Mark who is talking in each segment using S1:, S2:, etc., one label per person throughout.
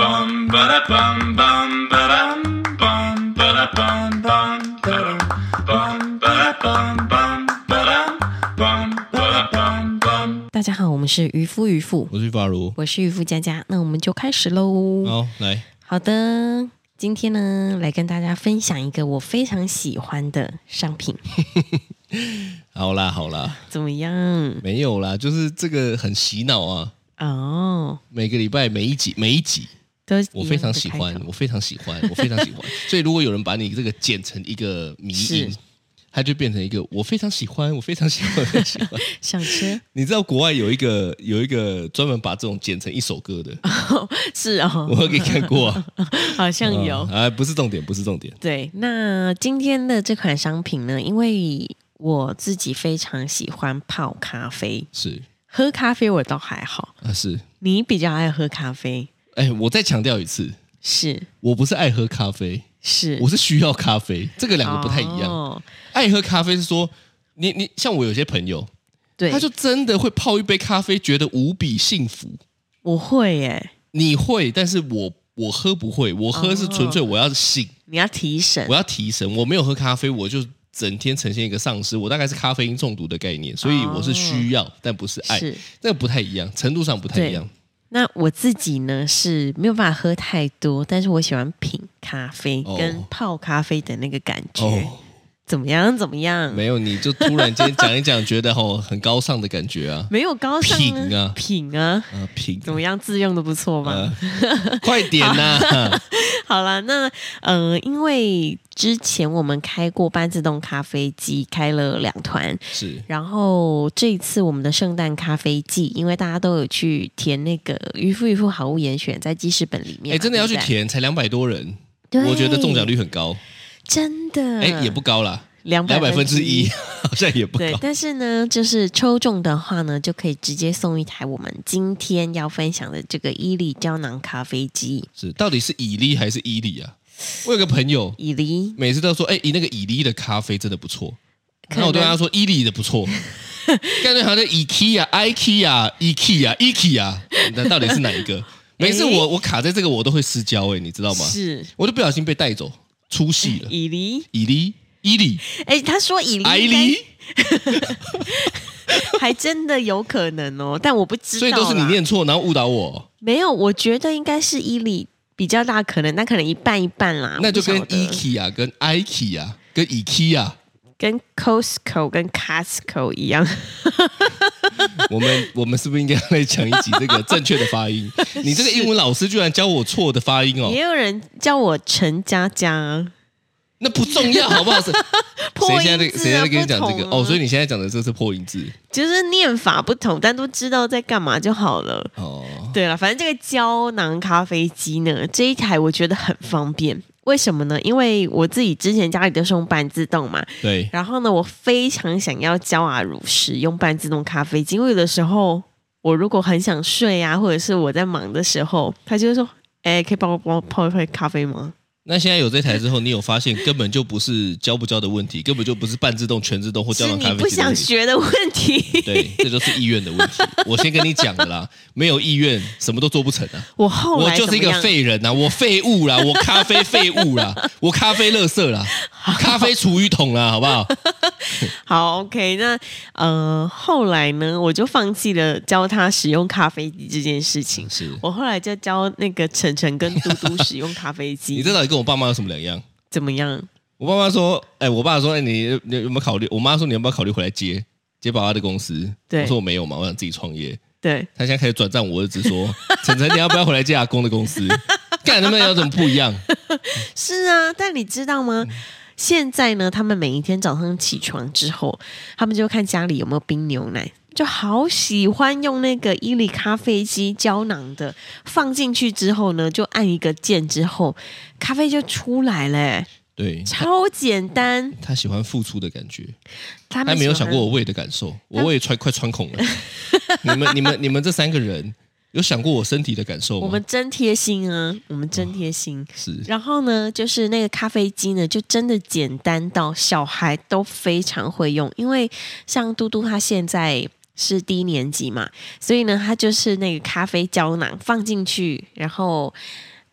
S1: bum ba da bum bum ba dum bum ba da bum bum ba dum bum ba da bum bum ba dum bum ba da bum bum.
S2: 大家好，我们是渔夫渔妇，
S3: 我是法如。
S2: 我是渔夫佳佳，那我们就开始喽。
S3: 好，来，
S2: 好的，今天呢，来跟大家分享一个我非常喜欢的商品，
S3: 好啦，好啦，
S2: 怎么样？
S3: 没有啦，就是这个很洗脑啊。
S2: 哦，
S3: 每个礼拜每一集每一集，
S2: 都是
S3: 我
S2: 一样
S3: 非常
S2: 的
S3: 喜
S2: 开
S3: 欢
S2: 头，
S3: 我非常喜 欢，我非常喜欢。所以如果有人把你这个剪成一个迷
S2: 是
S3: 音，它就变成一个我非常喜欢，我非常喜欢，我非常喜欢。
S2: 想吃
S3: 你知道国外有一个 有一个专门把这种剪成一首歌的，
S2: 是哦，
S3: 我给你看过 啊。
S2: 好像有。
S3: 啊，不是重点，不是重点。
S2: 对，那今天的这款商品呢，因为我自己非常喜欢泡咖啡，
S3: 是
S2: 喝咖啡我倒还好，
S3: 啊，是。
S2: 你比较爱喝咖啡，
S3: 哎，我再强调一次，
S2: 是
S3: 我不是爱喝咖啡，
S2: 是，
S3: 我是需要咖啡，这个两个不太一样。
S2: 哦、
S3: 爱喝咖啡是说，你你像我有些朋友，
S2: 对，
S3: 他就真的会泡一杯咖啡，觉得无比幸福。
S2: 我会耶，
S3: 你会，但是我我喝不会，我喝是纯粹我要醒，
S2: 你要提神
S3: 我，要提神。我没有喝咖啡，我就整天呈现一个丧尸，我大概是咖啡因中毒的概念，所以我是需要，但不是爱，
S2: 哦是。
S3: 那个不太一样，程度上不太一样。
S2: 那我自己呢是没有办法喝太多，但是我喜欢品咖啡
S3: 哦
S2: 跟泡咖啡的那个感觉，
S3: 哦，
S2: 怎么样？怎么样？
S3: 没有，你就突然间讲一讲，觉得吼 很高尚的感 觉啊，
S2: 没有高尚
S3: 品啊
S2: 品啊，
S3: 啊，品
S2: 怎么样？自用的不错吧？
S3: 啊，快点呐、
S2: 好啦，那嗯、呃因为之前我们开过半自动咖啡机，开了两团，
S3: 是
S2: 然后这一次我们的圣诞咖啡季，因为大家都有去填那个渔夫渔夫好物严选，在记事本里面
S3: 哎、
S2: 嘛，
S3: 真的要去
S2: 对不对，
S3: 填，才两百多人，
S2: 对
S3: 我觉得中奖率很高。
S2: 真的，
S3: 哎、也不高啦，
S2: 嗯两
S3: 两百分之
S2: 之
S3: 一。 好像也不
S2: 对
S3: 高，。
S2: 但是呢，就是抽中的话呢，就可以直接送一台我们今天要分享的这个伊利胶囊咖啡机。
S3: 是到底是以利还是伊利啊？我有个朋友
S2: 伊利，
S3: 每次都说，哎、以那个以利的咖啡真的不错。
S2: 可
S3: 那我对
S2: 能
S3: 他说，伊利的 不错，感觉好像 IKEA、IKEA、IKEA、IKEA，那到底是哪 一个？每次我我卡在这个，我都会失焦、哎，你知道吗？
S2: 是嗯
S3: 我就不小心被带走，出戏了。
S2: 伊利。
S3: 以利、伊利、
S2: 哎、他说伊利，
S3: 艾利，
S2: 还真的有可能哦，但我不知道。
S3: 所以都是你？念错，然后误导我。
S2: 没有，我觉得应该是伊利比较大可能，那可能一半一半啦。
S3: 那就跟
S2: 啊我不晓得
S3: IKEA、跟 IKEA、跟 IKEA，
S2: 跟 Costco 跟 Costco 一样，
S3: 我们 我们是不是应该来讲一集这个正确的 发音？你这个英文老师居然教我错的发音哦
S2: 也，有人叫我陈佳佳啊，
S3: 那不重要好不好？ 是
S2: 破
S3: 谁
S2: 音
S3: 现在
S2: 字
S3: 在
S2: 啊
S3: 谁在跟你讲这
S2: 不
S3: 个？
S2: 同啊
S3: 哦，所以你现在讲的这是破音字
S2: 就是念法不同，但都知道在干嘛就好了。
S3: 哦，
S2: 对了，反正这个胶囊咖啡机呢，这一台我觉得很方便。为什么呢？因为我自己之前家里都是用半自动嘛，
S3: 对，
S2: 然后呢，我非常想要教阿如使用半自动咖啡机，因为有的时候我如果很想睡啊，或者是我在忙的时候，他就会说：“哎、可以帮我帮我泡一杯咖啡吗
S3: 那现在有这台之后，你有发现根本就不是教不教的问题，根本就不是半自动、全自动？”或胶
S2: 是
S3: 囊
S2: 你
S3: 咖
S2: 不
S3: 啡机的
S2: 想
S3: 问题。
S2: 学的问题。
S3: 对，这就是意愿的问题。我先跟你讲的啦，没有意愿，什么都做不成啊。
S2: 我后
S3: 我
S2: 来
S3: 就是一个
S2: 怎么样
S3: 废人啊，我废物 啦，我咖啡废物啦，我咖啡垃圾啦，咖啡厨余桶啦，好不好？
S2: 好，OK，那呃，后来呢，我就放弃了教他使用咖啡机这件事情。
S3: 是
S2: 我后来就教那个晨晨跟嘟嘟使用咖啡机，
S3: 你这到底跟我爸妈有什么两样？
S2: 怎么样？
S3: 我爸妈说，哎、我爸说，哎、你你有没有考虑？我妈说，你要不要考虑回来接接爸爸的公司？
S2: 对
S3: 我说我没有嘛，我想自己创业。
S2: 对，
S3: 他现在开始转战我儿子说， 晨晨，你要不要回来接阿公的公司？干他们有什么不一样？
S2: 是啊，但你知道
S3: 嗯
S2: 吗？现在呢，他们每一天早上起床之后，他们就看家里有没有冰牛奶，就好喜欢用那个伊利咖啡机胶囊的，放进去之后呢，就按一个键之后，咖啡就出来了、
S3: 对
S2: 超简单。
S3: 他喜欢付出的感觉，
S2: 他
S3: 他
S2: 们
S3: 没有
S2: 喜欢
S3: 想过我胃的感受，我胃穿快 穿孔了。你们你们你们这三个人有想过我哦身体的感受吗？
S2: 我们真贴心啊，我们真贴心。
S3: 是
S2: 然后呢，就是那个咖啡机呢，就真的简单到小孩都非常会用，因为像嘟嘟他现在是低年级嘛，所以呢，它就是那个咖啡胶囊放进去，然后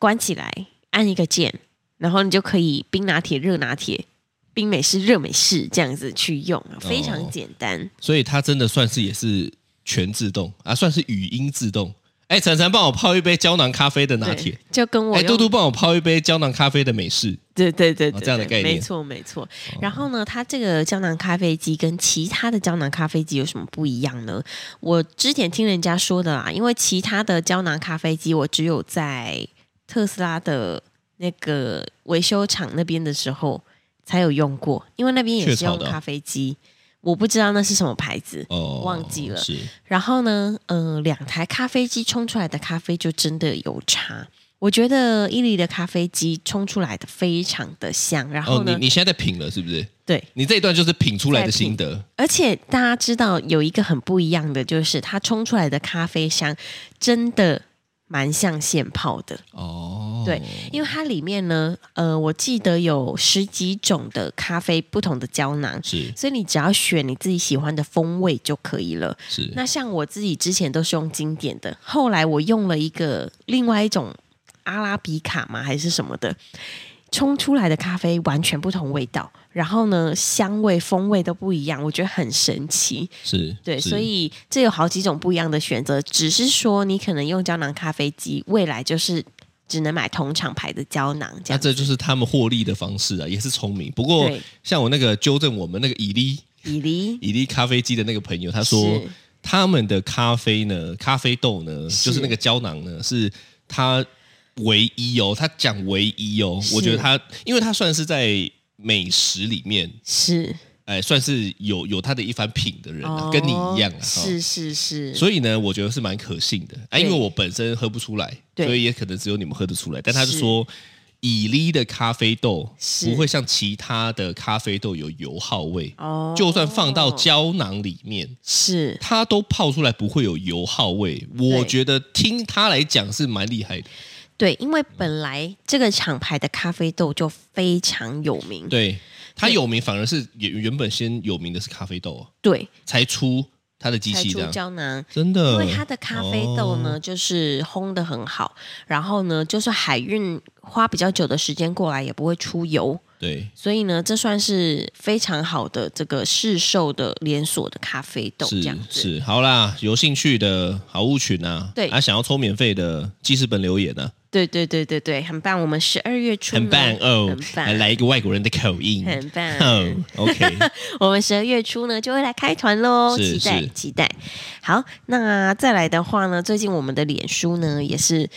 S2: 关起来，按一个键，然后你就可以冰拿铁、热拿铁、冰美式、热美式这样子去用，非
S3: 哦
S2: 常简单。
S3: 所以它真的算是也是全自动啊，算是语音自动。哎，晨晨帮我泡一杯胶囊咖啡的拿
S2: 对，
S3: 铁，
S2: 就跟我
S3: 哎，
S2: 用
S3: 嘟嘟帮我泡一杯胶囊咖啡的美式。
S2: 对对对
S3: 哦
S2: 对，
S3: 这样的
S2: 对
S3: 概念哦
S2: 没错没错。然后呢，它这个胶囊咖啡机跟其他的胶囊咖啡机有什么不一样呢？我之前听人家说的啦，因为其他的胶囊咖啡机我只有在特斯拉的那个维修厂那边的时候才有用过，因为那边也
S3: 雀
S2: 是
S3: 巢
S2: 用
S3: 的哦
S2: 咖啡机，我不知道那是什么牌子。
S3: 哦，
S2: 忘记了
S3: 是
S2: 然后呢，呃，两台咖啡机冲出来的咖啡就真的有差。我觉得伊利的咖啡机冲出来的非常的香，然后
S3: 哦，
S2: 呢，
S3: 你你现在在品了是不是？
S2: 对，
S3: 你这一段就是品出来的
S2: 在品
S3: 心得，
S2: 而且大家知道有一个很不一样的，就是它冲出来的咖啡香真的蛮像现泡的。
S3: 哦，
S2: 对，因为它里面呢，呃，我记得有十几种的咖啡不同的胶囊，
S3: 是
S2: 所以你只要选你自己喜欢的风味就可以了。
S3: 是，
S2: 那像我自己之前都是用经典的，后来我用了一个另外一种阿拉比卡嘛，还是什么的，冲出来的咖啡完全不同味道，然后呢，香味、风味都不一样，我觉得很神奇。
S3: 是，
S2: 对，
S3: 是
S2: 所以这有好几种不一样的选择，只是说你可能用胶囊咖啡机，未来就是只能买同厂牌的胶囊这
S3: 那
S2: 样。
S3: 这就是他们获利的方式啊，也是聪明。不过
S2: 对
S3: 像我那个纠正我们那个以利
S2: 以离
S3: 以利咖啡机的那个朋友，他说
S2: 是
S3: 他们的咖啡呢，咖啡豆呢，
S2: 是
S3: 就是那个胶囊呢，是他唯一哦，他讲唯一哦，
S2: 是
S3: 我觉得他，因为他算是在美食里面，
S2: 是
S3: 哎，算是有有他的一番品的人啊，
S2: 哦
S3: 跟你一样啊，哈
S2: 是是是，
S3: 所以呢，我觉得是蛮可信的。哎、
S2: 对
S3: 因为我本身喝不出来，
S2: 对
S3: 所以也可能只有你们喝得出来。但他就是说，以利的咖啡豆
S2: 是
S3: 不会像其他的咖啡豆有油耗味，
S2: 哦
S3: 就算放到胶囊里面，
S2: 是
S3: 它都泡出来不会有油耗味。我觉得听他来讲是蛮厉害的。
S2: 对，因为本来这个厂牌的咖啡豆就非常有名，
S3: 对，他
S2: 对
S3: 有名反而是原原本先有名的是咖啡豆、哦，
S2: 对，
S3: 才出他的机
S2: 才
S3: 器这
S2: 出
S3: 样，嗯哦
S2: 胶囊。
S3: 真的，
S2: 因为它的咖啡豆呢，就是烘的很好，然后呢，就是海运花比较久的时间过来，也不会出油，
S3: 对，
S2: 所以呢，这算是非常好的这个市售的连锁的咖啡豆这
S3: 是
S2: 样子。
S3: 是，好啦，有兴趣的好物群啊，
S2: 对
S3: 啊，想要抽免费的记事本留言啊，
S2: 对对对对对，很棒！我们十二月初呢
S3: 很棒哦
S2: 很，
S3: 来
S2: 棒，
S3: 来一个外国人的口音，
S2: 很棒
S3: 哦，OK，
S2: 我们十二月初呢就会来开团喽，
S3: 是
S2: 期待
S3: 是
S2: 期待。好，那再来的话呢，最近我们的脸书呢也是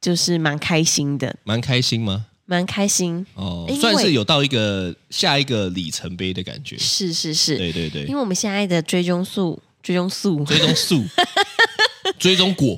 S2: 就是蛮开心的，
S3: 蛮开心吗？
S2: 蛮开心，
S3: 哦
S2: 因，为
S3: 算是有到一个下一个里程碑的感觉，
S2: 是是是，
S3: 对对对
S2: 因，为我们现在的追踪数。追踪数，
S3: 追踪树， 追踪果，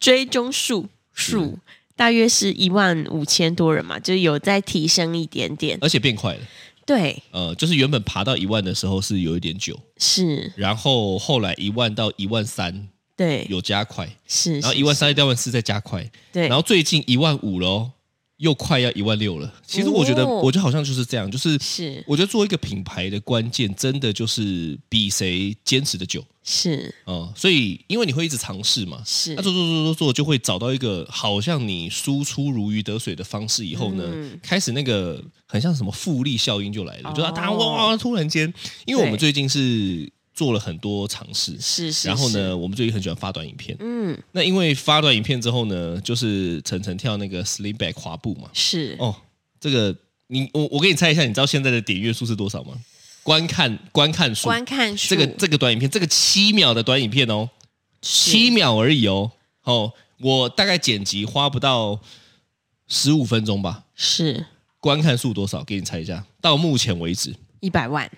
S2: 追踪数数大约是一万五千多人嘛，就是有在提升一点点。
S3: 而且变快了，
S2: 对，
S3: 呃，就是原本爬到一万的时候是有一点久，
S2: 是，
S3: 然后后来一万到一万三
S2: 对，
S3: 有加快，
S2: 是，
S3: 然后
S2: 是
S3: 一万，三到一万四再加快，
S2: 对，
S3: 然后最近一万五喽，又快要一万六了。其实我觉得，
S2: 哦
S3: 我觉得好像就是这样，就是
S2: 是
S3: 我觉得做一个品牌的关键，真的就是比谁坚持的久
S2: 是
S3: 啊、嗯所以，因为你会一直尝试嘛，
S2: 是
S3: 那做做做做做，就会找到一个好像你输出如鱼得水的方式。以后呢，
S2: 嗯
S3: 开始那个很像什么复利效应就来了，
S2: 哦
S3: 就啊，大家哇哇哇，突然间，因为我们最近是做了很多尝试。
S2: 是是，
S3: 然后
S2: 是？
S3: 呢，我们最近很喜欢发短影片，
S2: 嗯，
S3: 那因为发短影片之后呢，就是晨晨跳那个 slim back 滑步嘛。
S2: 是
S3: 哦，这个你我我给你猜一下，你知道现在的点阅数是多少吗？观看观看数，
S2: 观看数
S3: 这个这个短影片，这个七秒的短影片哦，七秒而已哦。哦，我大概剪辑花不到十五分钟吧。
S2: 是
S3: 观看数多少？给你猜一下，到目前为止
S2: 一百万，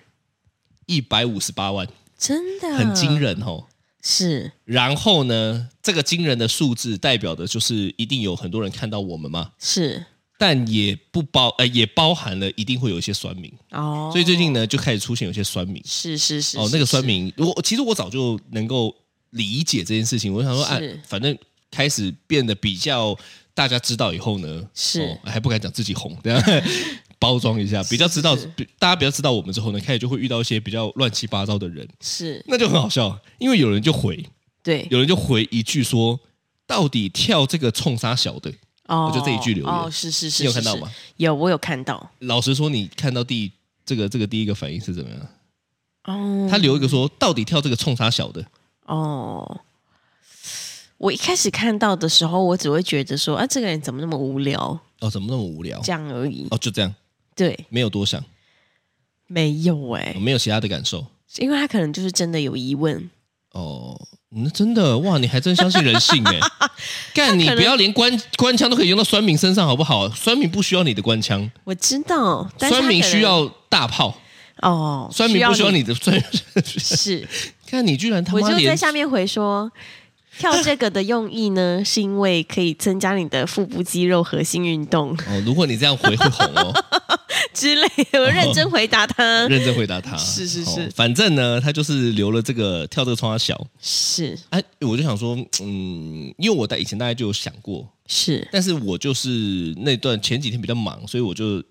S3: 一百五十八万，
S2: 真的
S3: 很惊，人哦。
S2: 是
S3: 然后呢，这个惊人的数字代表的就是一定有很多人看到我们嘛，
S2: 是
S3: 但也不包呃也包含了一定会有一些酸民，
S2: 哦，
S3: 所以最近呢就开始出现有些酸民
S2: 是是是
S3: 哦，那个酸
S2: 酸民
S3: 民，我其实我早就能够理解这件事情，我想说啊
S2: 是，
S3: 反正开始变得比较大家知道以后呢，
S2: 是
S3: 哦还不敢讲自己红，这样 包装一下，比较知道比大家比较知道我们之后呢，开始就会遇到一些比较乱七八糟的人，
S2: 是
S3: 那就很好笑，因为有人就回，
S2: 对，
S3: 有人就回一句说，到底跳这个冲杀小的，
S2: 哦
S3: 我就这一句留言
S2: 哦，是是是，
S3: 你有
S2: 是
S3: 看到
S2: 是
S3: 吗
S2: 有，我有看到。
S3: 老实说，你看到第这个这个第一个反应是怎么样？
S2: 哦，
S3: 他留一个说，到底跳这个冲杀小的，
S2: 哦，我一开始看到的时候，我只会觉得说，啊，这个人怎么那么无聊，
S3: 哦，怎么那么无聊？
S2: 这样而已。
S3: 哦，就这样，
S2: 对，
S3: 没有多想，
S2: 没有哎、
S3: 没有其他的感受。
S2: 因为他可能就是真的有疑问，
S3: 哦，那真的哇，你还真相信人性 哎！干你不要连官官腔都可以用到酸民身上好不好？酸民不需要你的官腔，
S2: 我知道，但是他
S3: 酸民
S2: 可能
S3: 需要大炮，
S2: 哦，
S3: 酸民不需要
S2: 你
S3: 你的酸。
S2: 是，
S3: 看你居然他
S2: 我
S3: 妈
S2: 就在
S3: 连
S2: 下面回 说。跳这个的用意呢，是因为可以增加你的腹部肌肉核心运动
S3: 哦，如果你这样回会红 哦，
S2: 之类的。我认真回答他，
S3: 认真回答他。
S2: 是是
S3: 哦
S2: 是
S3: 反正呢，他就是留了这个跳这个窗花小。
S2: 是
S3: 哎、我就想说，嗯，因为我在以前大概就有想过，
S2: 是
S3: 但是我就是那段前几天比较忙，所以我就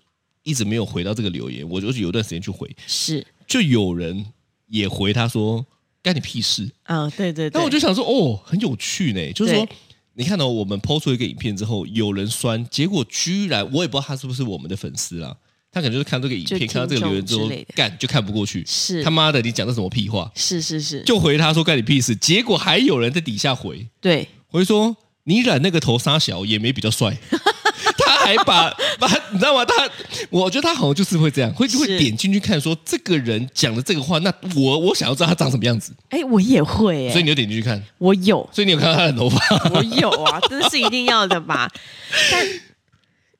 S3: 一直没有回到这个留言，我就是有一段时间去回，
S2: 是，
S3: 就有人也回他说干你屁事。
S2: 啊、对对对，
S3: 那我就想说，哦，很有趣呢，就是说
S2: 对。
S3: 你看到、我们抛出一个影片之后，有人酸，结果居然我也不知道他是不是我们的粉丝啦，他可能就是看这个影
S2: 就
S3: 片，看到这
S2: 听
S3: 个留言之
S2: 众
S3: 后
S2: 之类的，
S3: 干就看不过去，
S2: 是
S3: 他妈的，你讲的什么屁话？
S2: 是是是，
S3: 就回他说干你屁事，结果还有人在底下回，
S2: 对，
S3: 我就说你染那个头沙小也没比较帅，他还把把你知道吗？他我觉得他好像就是会这样，会会点进去看说这个人讲的这个话，那我我想要知道他长什么样子，
S2: 哎，我也会哎、
S3: 所以你就点进去看，
S2: 我有，
S3: 所以你有看到他的头 发，
S2: 我有啊，这是一定要的吧？但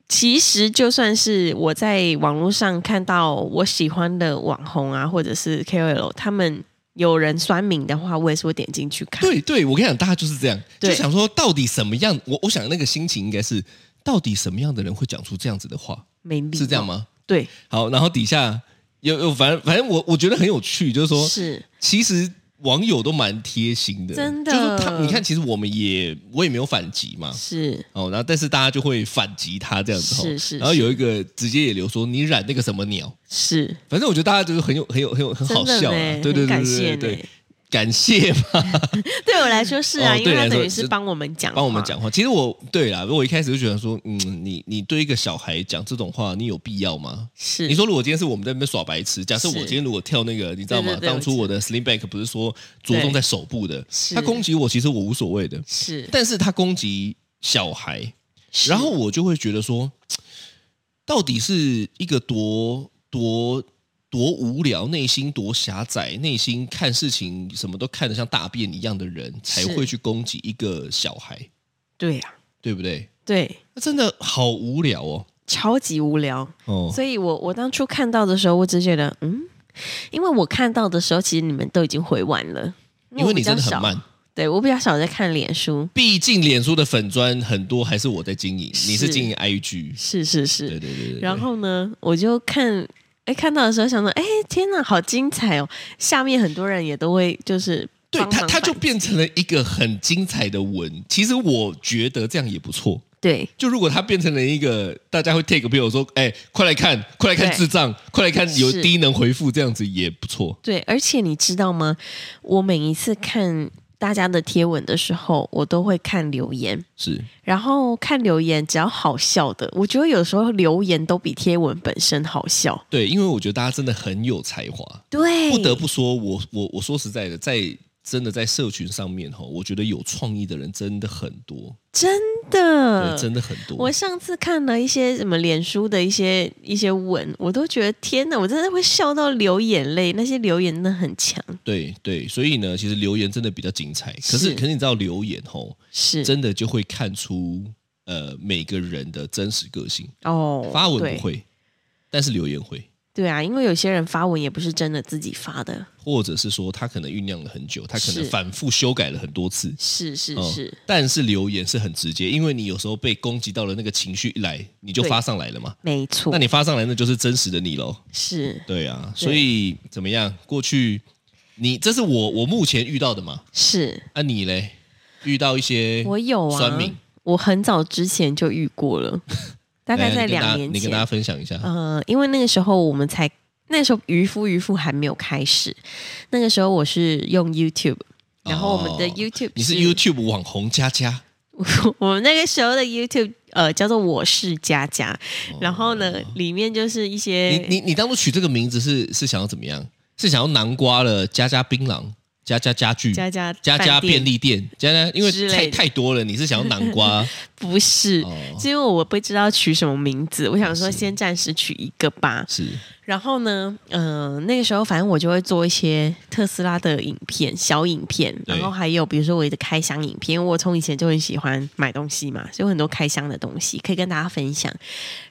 S2: 其实就算是我在网络上看到我喜欢的网红啊，或者是 KOL，他们有人酸民的话，我也是会点进去看。
S3: 对对，我跟你讲，大家就是这样，
S2: 对
S3: 就想说到底什么样，我我想那个心情应该是到底什么样的人会讲出这样子的话，
S2: 没礼貌
S3: 是这样？吗？
S2: 对，
S3: 好，然后底下有有，反正反正我我觉得很有趣，就是说
S2: 是
S3: 其实网友都蛮贴心的，
S2: 真的
S3: 就是他，你看，其实我们也我也没有反击嘛，
S2: 是
S3: 哦，然后但是大家就会反击他这样子，哦
S2: 是是
S3: 然后有一个直接也留说你染那个什么鸟，
S2: 是，
S3: 反正我觉得大家就是很有很有很有很好
S2: 真的
S3: 笑啊，
S2: 呢，
S3: 对对对
S2: 很感
S3: 对
S2: 谢
S3: 对
S2: 呢
S3: 对，。感谢嘛，
S2: 对我来说是啊，
S3: 哦
S2: 因为
S3: 对
S2: 他
S3: 来说
S2: 等于是
S3: 就
S2: 帮我们讲，
S3: 帮我们。讲话。其实我对啦，我一开始就觉得说，嗯，你你对一个小孩讲这种话，你有必要吗？
S2: 是
S3: 你说如果今天是我们在那边耍白痴，假设我
S2: 是
S3: 今天如果跳那个，你知道吗？
S2: 对对对
S3: 当初我的 slim back 不是说着重在手部的
S2: 是，
S3: 他攻击我其实我无所谓的，
S2: 是，
S3: 但是他攻击小孩，
S2: 是
S3: 然后我就会觉得说，到底是一个多多。多无聊，内心多狭窄，内心看事情什么都看得像大便一样的人，才
S2: 是
S3: 会去攻击一个小孩，
S2: 对啊，
S3: 对不对？
S2: 对，
S3: 那真的好无聊哦。
S2: 超级无聊。
S3: 哦，
S2: 所以我我当初看到的时候，我只觉得嗯，因为我看到的时候，其实你们都已经回完了，
S3: 因
S2: 我
S3: 为
S2: 比
S3: 你
S2: 较
S3: 真的很
S2: 少
S3: 慢，
S2: 对我比较少在看脸书，
S3: 毕竟脸书的粉砖很多还是我在经营，你是经营 IG，
S2: 是是
S3: 对
S2: 是。
S3: 对对对。
S2: 然后呢，我就看哎看到的时候想说，哎天哪，好精彩哦！下面很多人也都会就是
S3: 对
S2: 帮忙
S3: 它，它就
S2: 反
S3: 变成了一个很精彩的文。其实我觉得这样也不错。
S2: 对
S3: 就如果它变成了一个大家会 take 朋友说，哎，快来看，快来看
S2: 对
S3: 智障，快来看有
S2: 是
S3: 低能回复这样子也不错。
S2: 对，而且你知道吗？我每一次看大家的贴文的时候，我都会看留言。
S3: 是
S2: 然后看留言，只要好笑的，我觉得有时候留言都比贴文本身好笑。
S3: 对，因为我觉得大家真的很有才华，
S2: 对，
S3: 不得不说，我我我说实在的，在真的在社群上面哈，我觉得有创意的人真的很多，
S2: 真
S3: 对，
S2: 的，
S3: 真的很多。
S2: 嗯我上次看了一些什么脸书的一些一些文，我都觉得天哪，我真的会笑到流眼泪。那些留言真的很强，
S3: 对对，所以呢，其实留言真的比较精彩。可
S2: 是
S3: 是，可是你知道留言吼，
S2: 是
S3: 真的就会看出呃每个人的真实个性。
S2: 哦，
S3: 发文
S2: 对
S3: 不会，但是留言会，
S2: 对啊，因为有些人发文也不是真的自己发的，
S3: 或者是说他可能酝酿了很久，他可
S2: 是
S3: 能反复修改了很多次。
S2: 是是
S3: 嗯
S2: 是，
S3: 但是留言是很直接，因为你有时候被攻击到了那个情绪一来，你就
S2: 对
S3: 发上来了嘛。
S2: 没错
S3: 那，你发上来，那就是真实的你喽。
S2: 是
S3: 对啊，
S2: 对
S3: 所以怎么样？过去你这是我我目前遇到的嘛？
S2: 是，
S3: 啊，你嘞？遇到一些
S2: 我有啊
S3: 酸民，
S2: 我很早之前就遇过了，大概在
S3: 来你跟大
S2: 两
S3: 家
S2: 年
S3: 你跟
S2: 前
S3: 大。家分享一下。
S2: 呃，因为那个时候我们才，那时候渔夫渔妇还没有开始，那个时候我是用 YouTube，然后我们的
S3: 哦
S2: YouTube、
S3: 你是 YouTube 网红佳佳，
S2: 我们那个时候的 YouTube 呃叫做我是佳佳，然后呢里面就是一
S3: 哦你
S2: 些
S3: 你你当初取这个名字是是想要怎么样？是想要南瓜了，佳佳槟榔，佳佳家具，
S2: 佳佳
S3: 佳
S2: 饭
S3: 佳
S2: 店
S3: 便利店，佳佳，因为
S2: 之
S3: 太
S2: 类的
S3: 太多了，你是想要南 瓜
S2: 不是，
S3: 哦，
S2: 是因为我不知道取什么名字，我想说
S3: 是
S2: 先暂时取一个吧。
S3: 是
S2: 然后呢，嗯、那个时候反正我就会做一些特斯拉的影片、小影片，
S3: 对
S2: 然后还有比如说我的开箱影片，因为我从以前就很喜欢买东西嘛，所以有很多开箱的东西可以跟大家分享。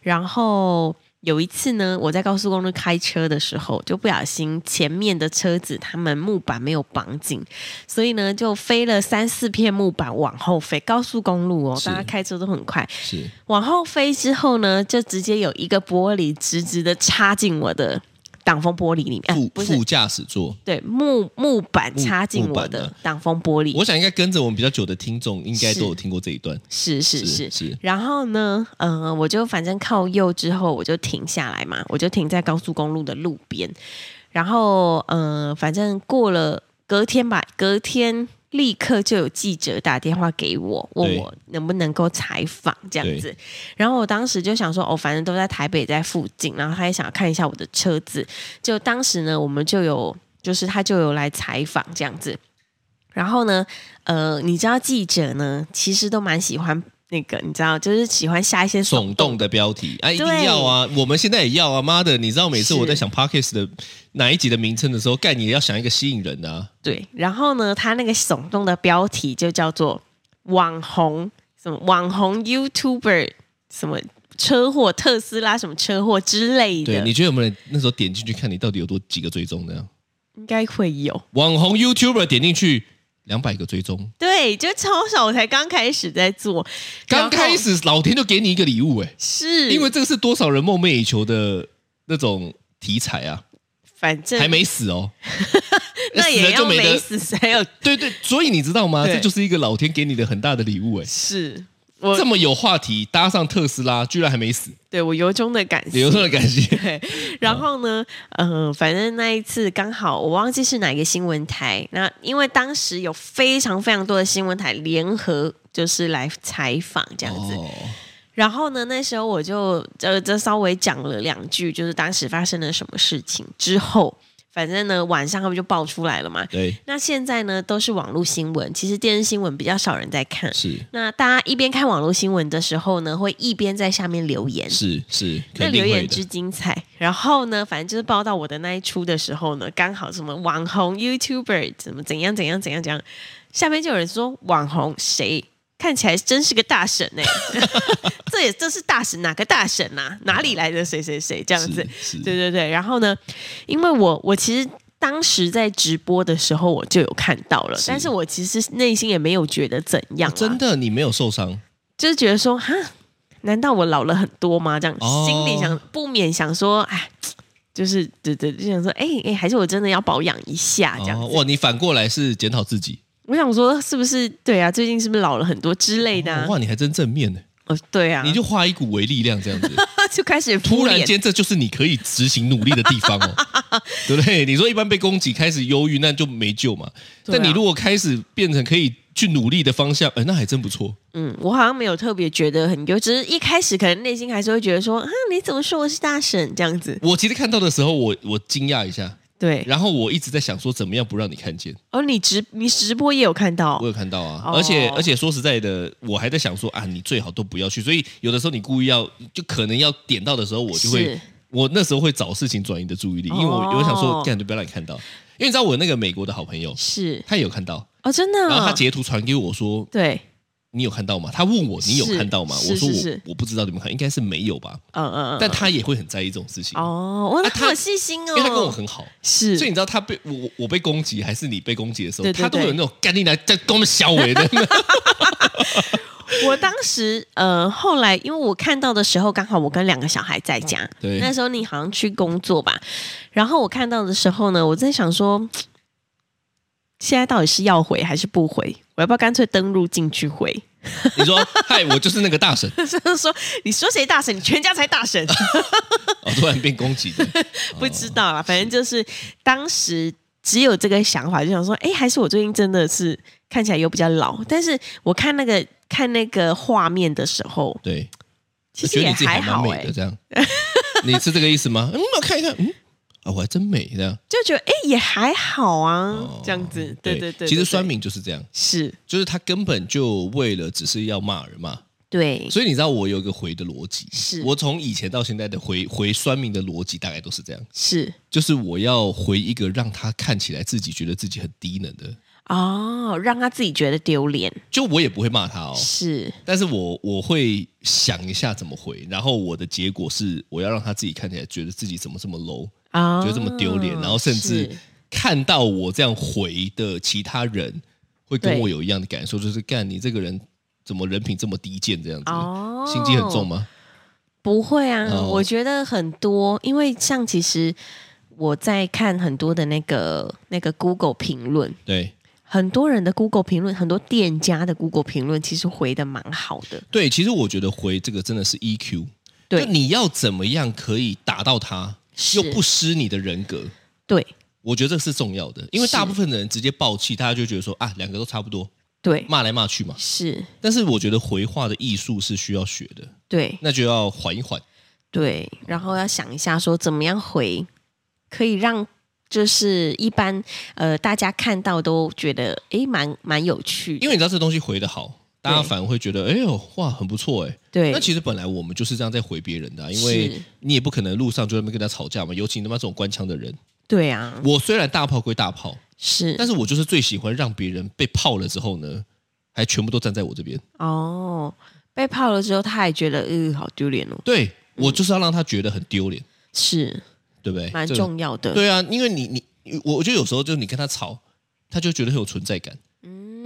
S2: 然后有一次呢，我在高速公路开车的时候，就不小心前面的车子他们木板没有绑紧，所以呢就飞了三四片木板往后飞。高速公路哦，
S3: 是
S2: 大家开车都很快，
S3: 是，
S2: 往后飞之后呢，就直接有一个玻璃直直的插进我的挡风玻璃里面，啊
S3: 副
S2: 不是
S3: 副驾驶座。
S2: 对木木板
S3: 木
S2: 插进
S3: 木
S2: 我
S3: 板
S2: 的
S3: 啊
S2: 挡风玻璃。
S3: 我想应该跟着我们比较久的听众，应该都有听过这一段。
S2: 是是
S3: 是
S2: 是
S3: 是
S2: 然后呢，呃，我就反正靠右之后，我就停下来嘛，我就停在高速公路的路边。然后，呃，反正过了隔天吧，隔天立刻就有记者打电话给我，问
S3: 对
S2: 我能不能够采访这样
S3: 对
S2: 子。然后我当时就想说，哦，反正都在台北，在附近，然后他也想看一下我的车子。就当时呢，我们就有，就是他就有来采访这样子。然后呢，呃，你知道记者呢，其实都蛮喜欢那个，你知道，就是喜欢下一些
S3: 耸动的标题啊，一定要啊！我们现在也要啊！妈的，你知道每
S2: 是
S3: 次我在想 Parkes 的哪一集的名称的时候，干你也要想一个吸引人的啊！
S2: 对。然后呢，他那个耸动的标题就叫做“网红什么网红 YouTuber 什么车祸特斯拉什么车祸之类
S3: 对，
S2: 的
S3: 你”，觉得有没有人那时候点进去看你到底有多几个追踪的啊？
S2: 应该会有。
S3: 网红 YouTuber 点进去两百个追踪，
S2: 对，就超少，我才刚开始在做，然后
S3: 刚开始老天就给你一个礼物哎、
S2: 是
S3: 因为这个是多少人梦寐以求的那种题材啊，
S2: 反正
S3: 还没死哦，
S2: 那
S3: 死
S2: 也
S3: 了就
S2: 要
S3: 没得呃
S2: 没死才有
S3: 对对，所以你知道吗？
S2: 对
S3: 这就是一个老天给你的很大的礼物哎、
S2: 是。我
S3: 这么有话题，搭上特斯拉，居然还没死，
S2: 对我由衷的感谢，
S3: 有这的感谢。
S2: 对，然后呢，呃，反正那一次刚好我忘记是哪一个新闻台，那因为当时有非常非常多的新闻台联合就是来采访这样子，
S3: 哦，
S2: 然后呢，那时候我就呃，这稍微讲了两句，就是当时发生了什么事情之后，反正呢晚上他们就爆出来了嘛。
S3: 对，
S2: 那现在呢都是网络新闻，其实电视新闻比较少人在看。
S3: 是
S2: 那大家一边看网络新闻的时候呢，会一边在下面留言，
S3: 是是，
S2: 那
S3: 肯
S2: 留
S3: 定会
S2: 言
S3: 的
S2: 之。精彩。然后呢，反正就是报道我的那一出的时候呢，刚好什么网红 YouTuber 怎么怎样怎样怎样怎样，下面就有人说网红谁看起来真是个大神哎、 这也这是大神哪个大神呐、哪里来的谁谁谁这样子？
S3: 是是
S2: 对对对。然后呢，因为我我其实。当时在直播的时候，我就有看到了，
S3: 是
S2: 但是我其实内心也没有觉得怎样、啊
S3: 哦真的，你没有受伤，
S2: 就是觉得说，哈，难道我老了很多吗？这样、
S3: 哦
S2: 心里想不免想说，哎，就是对对，就想说，哎、哎、还是我真的要保养一下啊这样
S3: 哦
S2: 子。
S3: 哇！你反过来是检讨自己，
S2: 我想说，是不是对啊？最近是不是老了很多之类的、啊
S3: 哦？哇！你还真正面呢，
S2: 哦，对啊，
S3: 你就化一股为力量这样子。
S2: 就开始
S3: 突
S2: 敷
S3: 然
S2: 衍
S3: 间，这就是你可以执行努力的地方哦， 对不对？你说一般被攻击开始忧郁，那就没救嘛。
S2: 对啊
S3: 但你如果开始变成可以去努力的方向，哎，那还真不错。
S2: 嗯，我好像没有特别觉得很忧，只是一开始可能内心还是会觉得说，啊，你怎么说我是大神这样子？
S3: 我其实看到的时候，我我惊讶一下，
S2: 对，
S3: 然后我一直在想说，怎么样不让你看见？
S2: 哦，你直你直播也有看到
S3: 我有看到啊，
S2: 哦
S3: 而且而且说实在的，我还在想说啊，你最好都不要去。所以有的时候你故意要，就可能要点到的时候，我就会
S2: 是，
S3: 我那时候会找事情转移你的注意力，因为我
S2: 哦
S3: 我想说，干就不要让你看到。因为你知道我那个美国的好朋友，
S2: 是
S3: 他也有看到，
S2: 哦，真的、
S3: 然后他
S2: 哦，
S3: 截图传给我说，
S2: 对，
S3: 你有看到吗？他问我你有
S2: 是
S3: 看到吗？
S2: 是
S3: 我说
S2: 是是
S3: 我我不知道你们看，应该是没有吧。
S2: 嗯嗯嗯，
S3: 但他也会很在意这种事情，
S2: 哦，哇，
S3: 啊
S2: 他
S3: 他
S2: 好细心哦，
S3: 因为他跟我很好。
S2: 是，
S3: 所以你知道他被我我我被攻击还是你被攻击的时候，
S2: 对对
S3: 他都会有
S2: 对
S3: 那种干你来在跟我们小伟 的
S2: 我当时呃，后来因为我看到的时候，刚好我跟两个小孩在家，
S3: 嗯对
S2: 那时候你好像去工作吧，然后我看到的时候呢，我在想说，嘖现在到底是要回还是不回？我要不要干脆登录进去回？
S3: 你说嗨，我就是那个大神，
S2: 就是说你说谁大神，你全家才大神，
S3: 哦，突然变攻击的，
S2: 不知道啊
S3: 哦
S2: 啦，反正就是当时只有这个想法，就想说，哎，还是我最近真的是看起来有比较老，但是我看那个看那个画面的时候，
S3: 对，
S2: 其
S3: 觉
S2: 实
S3: 得
S2: 也
S3: 你自己
S2: 还
S3: 蛮
S2: 好哎、
S3: 美的这样，你是这个意思吗？嗯，我看一看，嗯，啊，我还真美 这样，
S2: 就觉得哎、也还好啊，
S3: 哦
S2: 这样子，对对对，
S3: 其实
S2: 对
S3: 酸
S2: 对
S3: 敏就是这样，
S2: 是
S3: 就是他根本就为了只是要骂人嘛。
S2: 对
S3: 所以你知道我有一个回的逻辑，
S2: 是
S3: 我从以前到现在的回回酸民的逻辑大概都是这样，
S2: 是
S3: 就是我要回一个让他看起来自己觉得自己很低能的，
S2: 哦，让他自己觉得丢脸，
S3: 就我也不会骂他哦，
S2: 是
S3: 但是我我会想一下怎么回，然后我的结果是我要让他自己看起来觉得自己怎么这么 low，、
S2: 啊，
S3: 觉得这么丢脸，然后甚至
S2: 是
S3: 看到我这样回的其他人会跟
S2: 对
S3: 我有一样的感受，就是干你这个人怎么人品这么低贱这样子，
S2: 哦
S3: 嗯心机很重吗？
S2: 不会啊，
S3: 哦
S2: 我觉得很多，因为像其实我在看很多的那个那个 Google 评论，
S3: 对。
S2: 很多人的 Google 评论，很多店家的 Google 评论其实回的蛮好的，
S3: 对，其实我觉得回这个真的是 EQ，
S2: 对
S3: 就你要怎么样可以打到他，
S2: 是
S3: 又不失你的人格，
S2: 对
S3: 我觉得这个是重要的，因为
S2: 是
S3: 大部分的人直接爆气，大家就觉得说啊，两个都差不多，
S2: 对
S3: 骂来骂去嘛。
S2: 是，
S3: 但是我觉得回话的艺术是需要学的，
S2: 对
S3: 那就要缓一缓。
S2: 对，然后要想一下说怎么样回可以让。就是一般，呃，大家看到都觉得诶，蛮蛮有趣的，
S3: 因为你知道这东西回的好，大家反而会觉得，哎呦，哇，很不错哎。
S2: 对
S3: 那其实本来我们就是这样在回别人的啊、因为
S2: 是
S3: 你也不可能路上就在那边跟他吵架嘛，尤其你他妈这种官腔的人。
S2: 对啊，
S3: 我虽然大炮归大炮，
S2: 是
S3: 但是我就是最喜欢让别人被泡了之后呢，还全部都站在我这边。
S2: 哦，被泡了之后，他也觉得，嗯、好丢脸哦，
S3: 对我就是要让他觉得很丢脸，
S2: 是
S3: 对不对？
S2: 蛮
S3: 这个。
S2: 重要的。
S3: 对啊，因为你你我我觉得有时候就是你跟他吵，他就觉得很有存在感。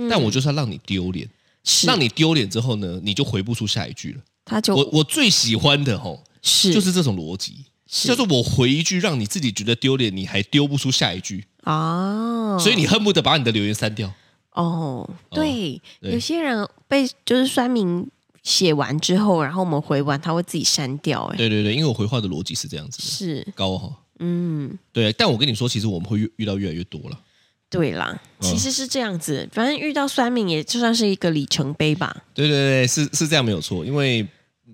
S3: 但我就是要让你丢脸，
S2: 嗯是
S3: 让你丢脸之后呢，你就回不出下一句了。
S2: 他就
S3: 我我最喜欢的吼，
S2: 是
S3: 就是这种逻辑，就是我回一句让你自己觉得丢脸，你还丢不出下一句，
S2: 哦，
S3: 所以你恨不得把你的留言删掉。
S2: 哦，对，
S3: 对
S2: 有些人被就是酸民写完之后，然后我们回完，他会自己删掉、哎，
S3: 对对对，因为我回话的逻辑是这样子的，
S2: 是，
S3: 高哦哈。
S2: 嗯，
S3: 对，但我跟你说，其实我们会遇遇到越来越多了。
S2: 对啦，
S3: 嗯
S2: 其实是这样子，反正遇到酸民也就算是一个里程碑吧。
S3: 对对对，是是这样没有错，因为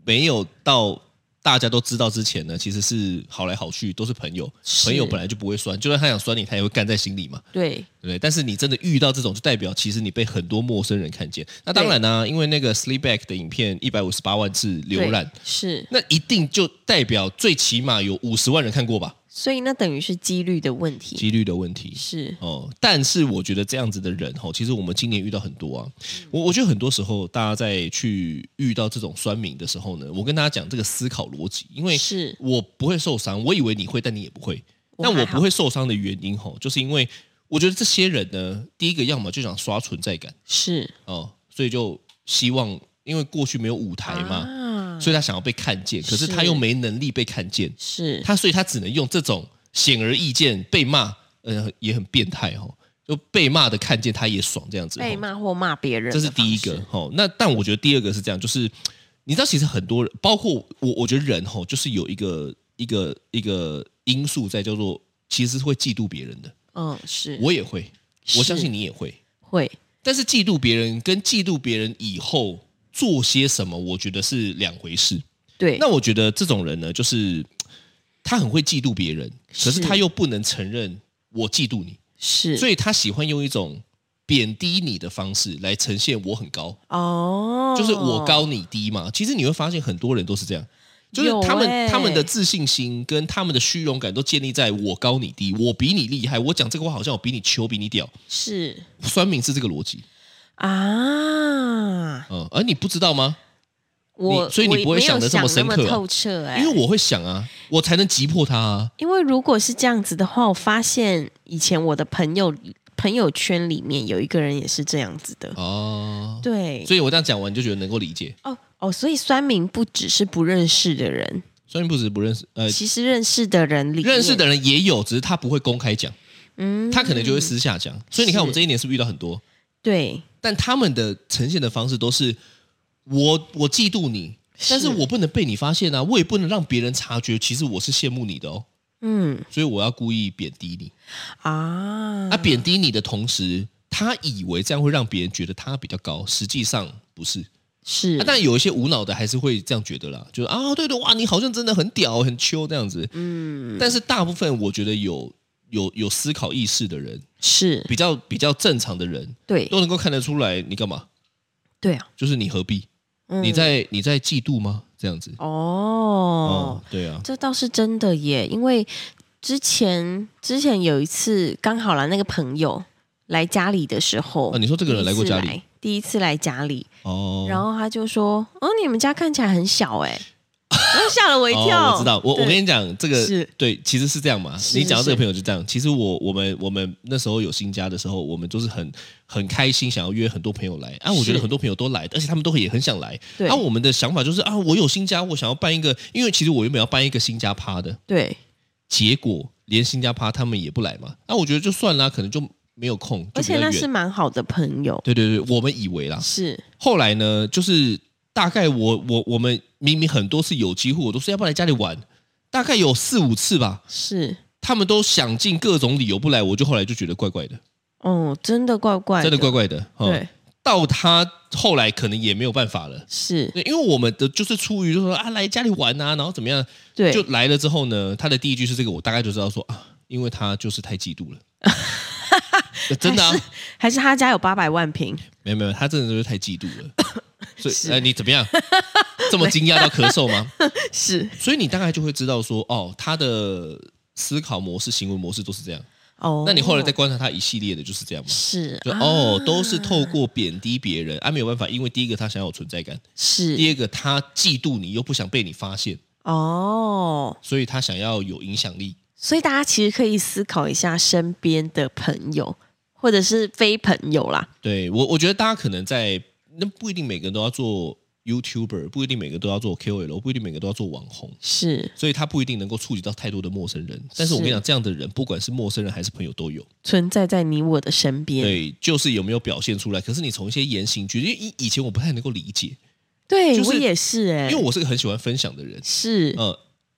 S3: 没有到大家都知道之前呢，其实是好来好去，都是朋友，
S2: 是
S3: 朋友本来就不会酸，就算他想酸你，他也会干在心里嘛，
S2: 对，
S3: 对不对？但是你真的遇到这种，就代表其实你被很多陌生人看见。那当然呢、因为那个 Sleep Back 的影片一百五十八万次浏览，
S2: 对是，
S3: 那一定就代表最起码有五十万人看过吧，
S2: 所以那等于是几率的问题，
S3: 几率的问题。
S2: 是
S3: 哦，但是我觉得这样子的人哦，其实我们今年遇到很多啊。我我觉得很多时候，大家在去遇到这种酸民的时候呢，我跟大家讲这个思考逻辑，因为
S2: 是
S3: 我不会受伤，我以为你会，但你也不会。
S2: 我
S3: 但我
S2: 还好
S3: 不会受伤的原因吼，就是因为我觉得这些人呢，第一个要么就想刷存在感
S2: 是
S3: 哦，所以就希望，因为过去没有舞台嘛，
S2: 啊，
S3: 所以他想要被看见，可是他
S2: 是
S3: 又没能力被看见，
S2: 是
S3: 他所以他只能用这种显而易见被骂，呃，也很变态哦，就被骂的看见他也爽这样子。
S2: 被
S3: 哦
S2: 骂或骂别人，
S3: 这是第一个，哦。那但我觉得第二个是这样，就是你知道，其实很多人，包括我，我觉得人哦，就是有一个一个一个因素在叫做，其实是会嫉妒别人的。
S2: 嗯，是
S3: 我也会，
S2: 是
S3: 我相信你也会。
S2: 会
S3: 但是嫉妒别人跟嫉妒别人以后做些什么，我觉得是两回事。
S2: 对，
S3: 那我觉得这种人呢，就是他很会嫉妒别人，可是
S2: 是
S3: 他又不能承认我嫉妒你，
S2: 是
S3: 所以他喜欢用一种贬低你的方式来呈现我很高，
S2: 哦，
S3: 就是我高你低嘛。其实你会发现很多人都是这样。就是他们、
S2: 有欸
S3: 他们的自信心跟他们的虚荣感都建立在我高你低，我比你厉害，我讲这个话好像我比你球比你屌，
S2: 是
S3: 酸民是这个逻辑，
S2: 啊，
S3: 嗯，而你不知道吗？
S2: 我
S3: 所以你
S2: 我
S3: 不会
S2: 没有想
S3: 想得这么深刻啊
S2: 那么透彻哎、
S3: 因为我会想啊，我才能击破他啊，
S2: 因为如果是这样子的话，我发现以前我的朋友朋友圈里面有一个人也是这样子的，
S3: 哦，
S2: 对，
S3: 所以我这样讲完你就觉得能够理解，
S2: 哦哦，所以酸民不只是不认识的人，
S3: 酸民不止不认识，呃，
S2: 其实认识的人里面嗯
S3: 认识的人也有，只是他不会公开讲，他可能就会私下讲。所以你
S2: 是
S3: 看，嗯我们这一年是不是遇到很多？
S2: 对
S3: 但他们的呈现的方式都是我我嫉妒你，但
S2: 是
S3: 是我不能被你发现啊，我也不能让别人察觉，其实我是羡慕你的哦，
S2: 嗯
S3: 所以我要故意贬低你。
S2: 啊
S3: 他贬低你的同时，他以为这样会让别人觉得他比较高，实际上不是。
S2: 是
S3: 啊、但有一些无脑的还是会这样觉得啦，就是啊，对对，哇，你好像真的很屌，很秋这样子。嗯，但是大部分我觉得有有有思考意识的人，
S2: 是
S3: 比较比较正常的人，
S2: 对
S3: 都能够看得出来你干嘛，
S2: 对啊，
S3: 就是你何必，
S2: 嗯
S3: 你在你在嫉妒吗？这样子。
S2: 哦
S3: 哦，，对啊，
S2: 这倒是真的耶，因为之前之前有一次刚好啦，那个朋友来家里的时候，
S3: 啊，你说这
S2: 这
S3: 个人来过家里，
S2: 第一次来家里，
S3: 哦，
S2: 然后他就说：“哦，你们家看起来很小 哎、然后吓了我一跳。
S3: 哦、我知道，我我
S2: 对
S3: 跟你讲，这个
S2: 是
S3: 对，其实是这样嘛。
S2: 是
S3: 你讲到这个朋友就这样。其实我我们我们那时候有新家的时候，我们就是很很开心，想要约很多朋友来啊。我觉
S2: 是
S3: 得很多朋友都来，而且他们都也很想来。
S2: 对
S3: 啊，我们的想法就是啊，我有新家，我想要办一个，因为其实我原本要办一个新家趴的，
S2: 对，
S3: 结果连新家趴他们也不来嘛。啊，我觉得就算啦，可能就没有空，就
S2: 而
S3: 比较
S2: 且
S3: 远。
S2: 那是蛮好的朋友，
S3: 对对对，我们以为啦，
S2: 是
S3: 后来呢，就是大概我我我们明明很多次有机会，我都是要不要来家里玩，大概有四五次吧，
S2: 是，
S3: 他们都想尽各种理由不来，我就后来就觉得怪怪的，
S2: 哦，真的怪怪
S3: 真的怪怪的。哦
S2: 对，
S3: 到他后来可能也没有办法了。
S2: 是，
S3: 对，因为我们的就是出于就说啊来家里玩啊，然后怎么样，
S2: 对，
S3: 就来了之后呢，他的第一句是这个，我大概就知道说啊，因为他就是太 嫉妒了，真的、啊
S2: 还，是还是他家有八百万平，
S3: 没有没有，他真的就是太嫉妒 了，所
S2: 是
S3: 以哎你怎 么样，这么惊讶到咳嗽吗？
S2: 是
S3: 所以你大概就会知道说，哦，他的思考模式、行为模式都是这样。
S2: 哦。
S3: 那你后来再观察他一系列的，就是这样嘛？
S2: 是
S3: 就、
S2: 啊
S3: 哦，都是透过贬低别人啊，没有办法，因为第一个他想要有存在感，第
S2: 是
S3: 二个他嫉妒你又不想被你发现，
S2: 哦，
S3: 所以他想要有影响力。
S2: 所以大家其实可以思考一下身边的朋友或者是非朋友啦，
S3: 对我，我觉得大家可能在那不一定每个人都要做 YouTuber，不一定每个都要做 KOL，不一定每个都要做网红。
S2: 是
S3: 所以他不一定能够触及到太多的陌生人，但是我跟你讲，这样的人不管是陌生人还是朋友都有。
S2: 存在在你我的身边。
S3: 对，就是有没有表现出来。可是你从一些言行举止，因为以以前我不太能够理解，
S2: 对，
S3: 就是
S2: 我也是哎、
S3: 因为我是个很喜欢分享的人，
S2: 是、
S3: 呃，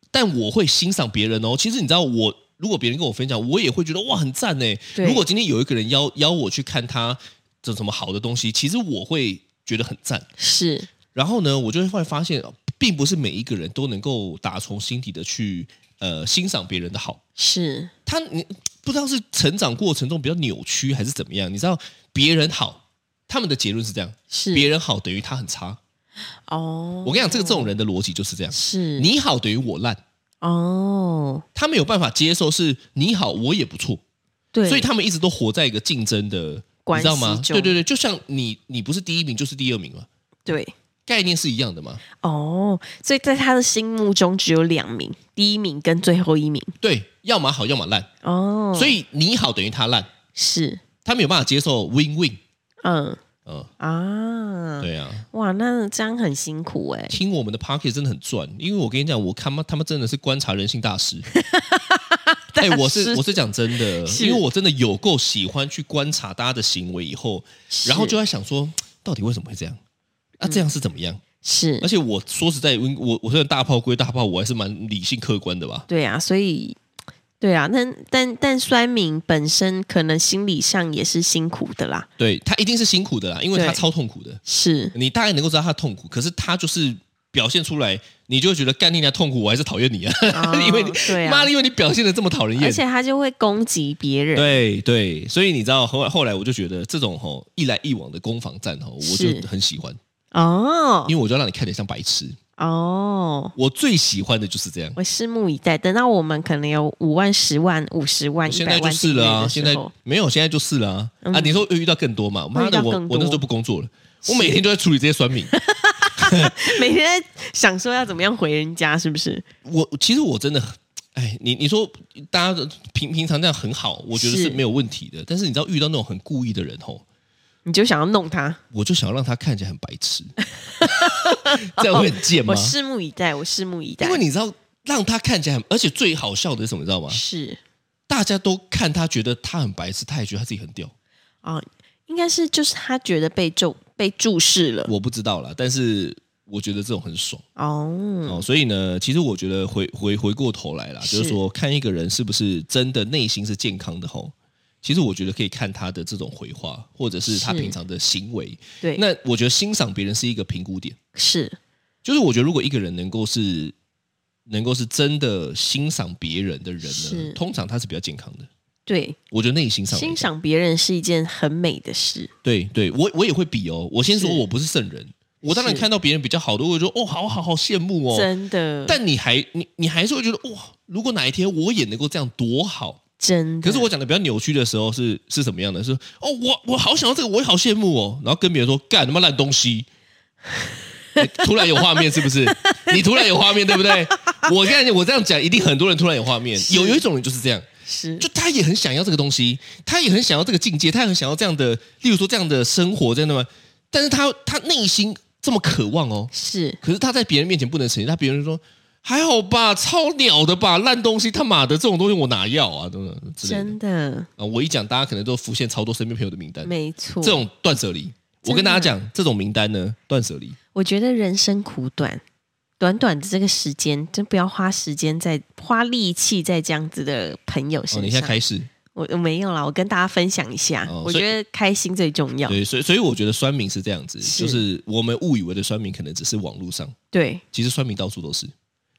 S3: 但我会欣赏别人哦。其实你知道我。如果别人跟我分享，我也会觉得哇很赞呢。
S2: 对
S3: 如果今天有一个人邀邀我去看他这什么好的东西，其实我会觉得很赞。
S2: 是
S3: 然后呢，我就会发现，并不是每一个人都能够打从心底的去呃欣赏别人的好。
S2: 是
S3: 他你不知道是成长过程中比较扭曲还是怎么样，你知道别人好，他们的结论是这样，
S2: 是
S3: 别人好等于他很差。
S2: 哦，
S3: 我跟你讲，这个这种人的逻辑就是这样，
S2: 是
S3: 你好等于我烂，
S2: 哦，
S3: 他没有办法接受是你好我也不错，
S2: 对，
S3: 所以他们一直都活在一个竞争的，你
S2: 关系
S3: 知道吗？
S2: 中
S3: 对对对，就像你你不是第一名就是第二名嘛，
S2: 对
S3: 概念是一样的嘛。
S2: 哦，所以在他的心目中只有两名，第一名跟最后一名
S3: 对，要么好要么烂，
S2: 哦，
S3: 所
S2: 以
S3: 以你好等于他烂，
S2: 是
S3: 他没有办法接受 win win。
S2: 嗯
S3: 嗯，
S2: 啊，
S3: 对啊。
S2: 哇，那这样很辛苦哎、
S3: 听我们的 p o c k e t 真的很赚，因为我跟你讲，我看妈他们真的是观察人性 大师。哎、我是我是讲真的，
S2: 是
S3: 因为我真的有够喜欢去观察大家的行为以后，然后
S2: 是嗯
S3: 就在想说，到底为什么会这样？啊，这样是怎么样？而
S2: 是
S3: 且我说实在，我我我虽然大炮归大炮，我还是蛮理性客观的吧。
S2: 对啊，所以对啊，那但但酸民本身可能心理上也是辛苦的啦，
S3: 对他一定是辛苦的啦，因为
S2: 对
S3: 他超痛苦的，
S2: 是
S3: 你大概能够知道他的痛苦，可是他就是表现出来，你就会觉得干你娘痛苦，我还是讨厌你啊，
S2: 哦
S3: 因为你
S2: 对啊
S3: 妈的，因为你表现的这么讨人厌
S2: 而，且他就会攻击别 人，
S3: 对对，所以你知道后来后来我就觉得这种吼、一来一往的攻防战吼、我
S2: 是
S3: 就很喜欢，
S2: 哦
S3: 因为我就要让你看起来像白痴。
S2: 哦。
S3: 我最喜欢的就是这样。
S2: 我拭目以待，等到我们可能有五万、十万、五十万、哦一
S3: 现
S2: 百
S3: 在就
S2: 万
S3: 是了啊，
S2: 订
S3: 现在
S2: 阅的时候嗯
S3: 没有，现在就是了啊、啊！你说又遇到更多嘛？妈
S2: 遇到
S3: 的，我
S2: 更
S3: 我那时
S2: 多
S3: 候不工作了，我每天都在处理这些酸民。
S2: 每天在想说要怎么样回人家，是不是？
S3: 我其实我真的，哎，你你说大家平平常这样很好，我觉得
S2: 是
S3: 是没有问题的。但是你知道遇到那种很故意的人吼、
S2: 你就想要弄他？
S3: 我就想要让他看起来很白 痴，这样会很贱吗？
S2: 哦我拭目以待，我拭目以待。
S3: 因为你知道，让他看起来很，而且最好笑的是什么，你知道吗？
S2: 是
S3: 大家都看他觉得他很白痴，他也觉得他自己很屌。
S2: 啊、应该是就是他觉得被注被注视了
S3: 我不知道啦，但是我觉得这种很爽。
S2: 哦，
S3: 哦，所以呢，其实我觉得回回回过头来啦，
S2: 是
S3: 就是说看一个人是不是真的内心是健康的吼。其实我觉得可以看他的这种回话，或者是他
S2: 是
S3: 平常的行为。
S2: 对，
S3: 那我觉得欣赏别人是一个评估点，
S2: 是
S3: 就是我觉得如果一个人能够是能够是真的欣赏别人的人
S2: 是
S3: 呢，通常他是比较健康的。
S2: 对，
S3: 我觉得内心上来
S2: 欣
S3: 讲，
S2: 赏别人是一件很美的事，
S3: 对对，我我也会比哦。我先说
S2: 是
S3: 我不是圣人，我当然
S2: 是
S3: 看到别人比较好的，我会说哦，好好好羡慕哦。
S2: 真的，
S3: 但你还你你还是会觉得哇，如果哪一天我也能够这样多好。
S2: 真的，
S3: 可是我讲的比较扭曲的时候是是什么样的？是哦，我我好想要这个，我也好羡慕哦。然后跟别人说干他妈烂 东西，哎突然有画面是不是？你突然有画面对不对？我现在我这样讲，一定很多人突然有画面。有有一种人就是这样，
S2: 是
S3: 就他也很想要这个东西，他也很想要这个境界，他也很想要这样的，例如说这样的生活，真的吗？但是他他内心这么渴望哦，
S2: 是
S3: 可是他在别人面前不能承认，他别人就说还好吧，超鸟的吧，烂东西，他妈的这种东西我哪要啊，等等之类的
S2: 真的，
S3: 啊！我一讲，大家可能都浮现超多身边朋友的名单，
S2: 没错，
S3: 这种断舍离。我跟大家讲，这种名单呢，断舍离哦
S2: 我觉得人生苦短，短短的这个时间，真不要花时间在花力气在这样子的朋友
S3: 哦，
S2: 身
S3: 你
S2: 上。
S3: 现在开始
S2: 我我没有啦，我跟大家分享一下，
S3: 哦
S2: 我
S3: 所以
S2: 觉得开心最重要。
S3: 对，所以所以我觉得酸民是这样子，
S2: 是
S3: 就是我们误以为的酸民可能只是网络上，
S2: 对，
S3: 其实酸民到处都是，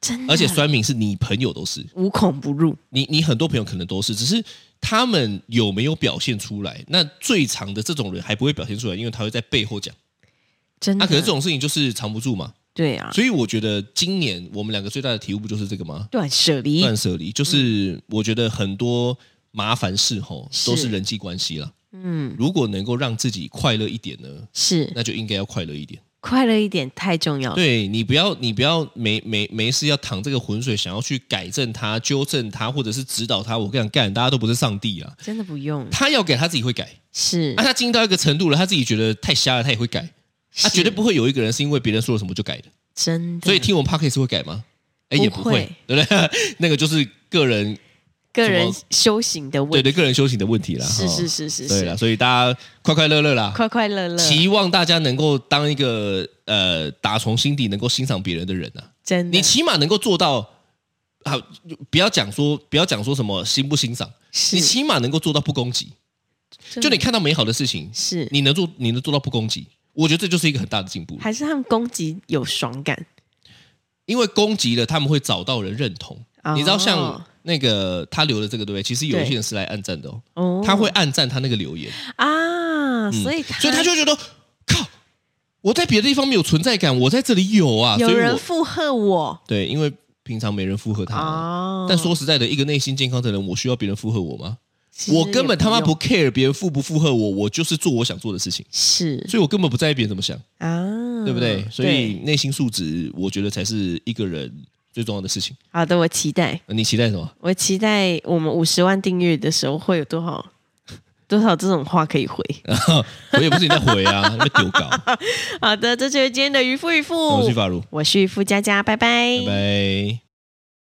S2: 真的，啊
S3: 而且酸民是你朋友都是，
S2: 无孔不入，
S3: 你你很多朋友可能都是，只是他们有没有表现出来？那最长的这种人还不会表现出来，因为他会在背后讲。
S2: 真
S3: 那、
S2: 的。
S3: 啊可是这种事情就是藏不住嘛，
S2: 对啊，
S3: 所以我觉得今年我们两个最大的体悟不就是这个吗？
S2: 断舍离
S3: 断舍离，就是我觉得很多麻烦事吼
S2: 是
S3: 都是人际关系啦。嗯，如果能够让自己快乐一点呢，
S2: 是
S3: 那就应该要快乐一点。
S2: 快乐一点太重要了。
S3: 对你不要，你不要没没没事要淌这个浑水，想要去改正它、纠正它，或者是指导它。我跟你讲，干，大家都不是上帝啊，
S2: 真的不用，
S3: 他要改，他自己会改。
S2: 是
S3: 啊，他经营到一个程度了，他自己觉得太瞎了，他也会改。他、
S2: 是
S3: 绝对不会有一个人是因为别人说了什么就改的。
S2: 真的。
S3: 所以听我们 podcast 会改吗？哎，也不
S2: 不
S3: 会
S2: 会，
S3: 对不对？ 那个就是个人
S2: 个人
S3: 怎
S2: 修行的
S3: 对
S2: 问题，
S3: 对个人修行的问题啦。
S2: 是
S3: 哈
S2: 是是是
S3: 对啦，
S2: 是，
S3: 所以大家快快乐乐啦。
S2: 快快乐乐，
S3: 希望大家能够当一个呃，打从心底能够欣赏别人的人啊，
S2: 真的
S3: 你起码能够做到啊！不要讲说，不要讲说什么欣不欣赏，
S2: 是
S3: 你起码能够做到不攻击。就你看到美好的事情，
S2: 是
S3: 你能做，你能做到不攻击，我觉得这就是一个很大的进步。
S2: 还是他们攻击有爽感，
S3: 因为攻击了，他们会找到人认同。
S2: 哦
S3: 你知道，像那个他留的这个，对不对？其实有一些
S2: 对
S3: 人是来暗赞的哦，
S2: 哦，
S3: 他会暗赞他那个留言，
S2: 啊，所以他
S3: 所以他就觉得靠，我在别的地方没有存在感，我在这里有啊，所
S2: 有
S3: 以
S2: 人
S3: 我
S2: 附和我
S3: 对，因为平常没人附和他嘛。
S2: 哦，
S3: 但说实在的，一个内心健康的人，我需要别人附和我吗？
S2: 其实
S3: 我根本他妈
S2: 也
S3: 不
S2: 用
S3: care 别人附不附和我，我就是做我想做的事情，
S2: 是
S3: 所以我根本不在意别人怎么想。
S2: 啊，
S3: 对不对？所以内心素质，我觉得才是一个人最重要的事情。
S2: 好的，我期待，
S3: 呃你期待什 么？
S2: 我期待我们五十万订阅的时候会有多少多少这种话可以 回。
S3: 我也不是你在回啊，你在丢稿。
S2: 好的，这就是今天的渔夫渔
S3: 我
S2: 夫
S3: 是，法如，
S2: 我是渔夫佳佳，拜拜
S3: 拜拜。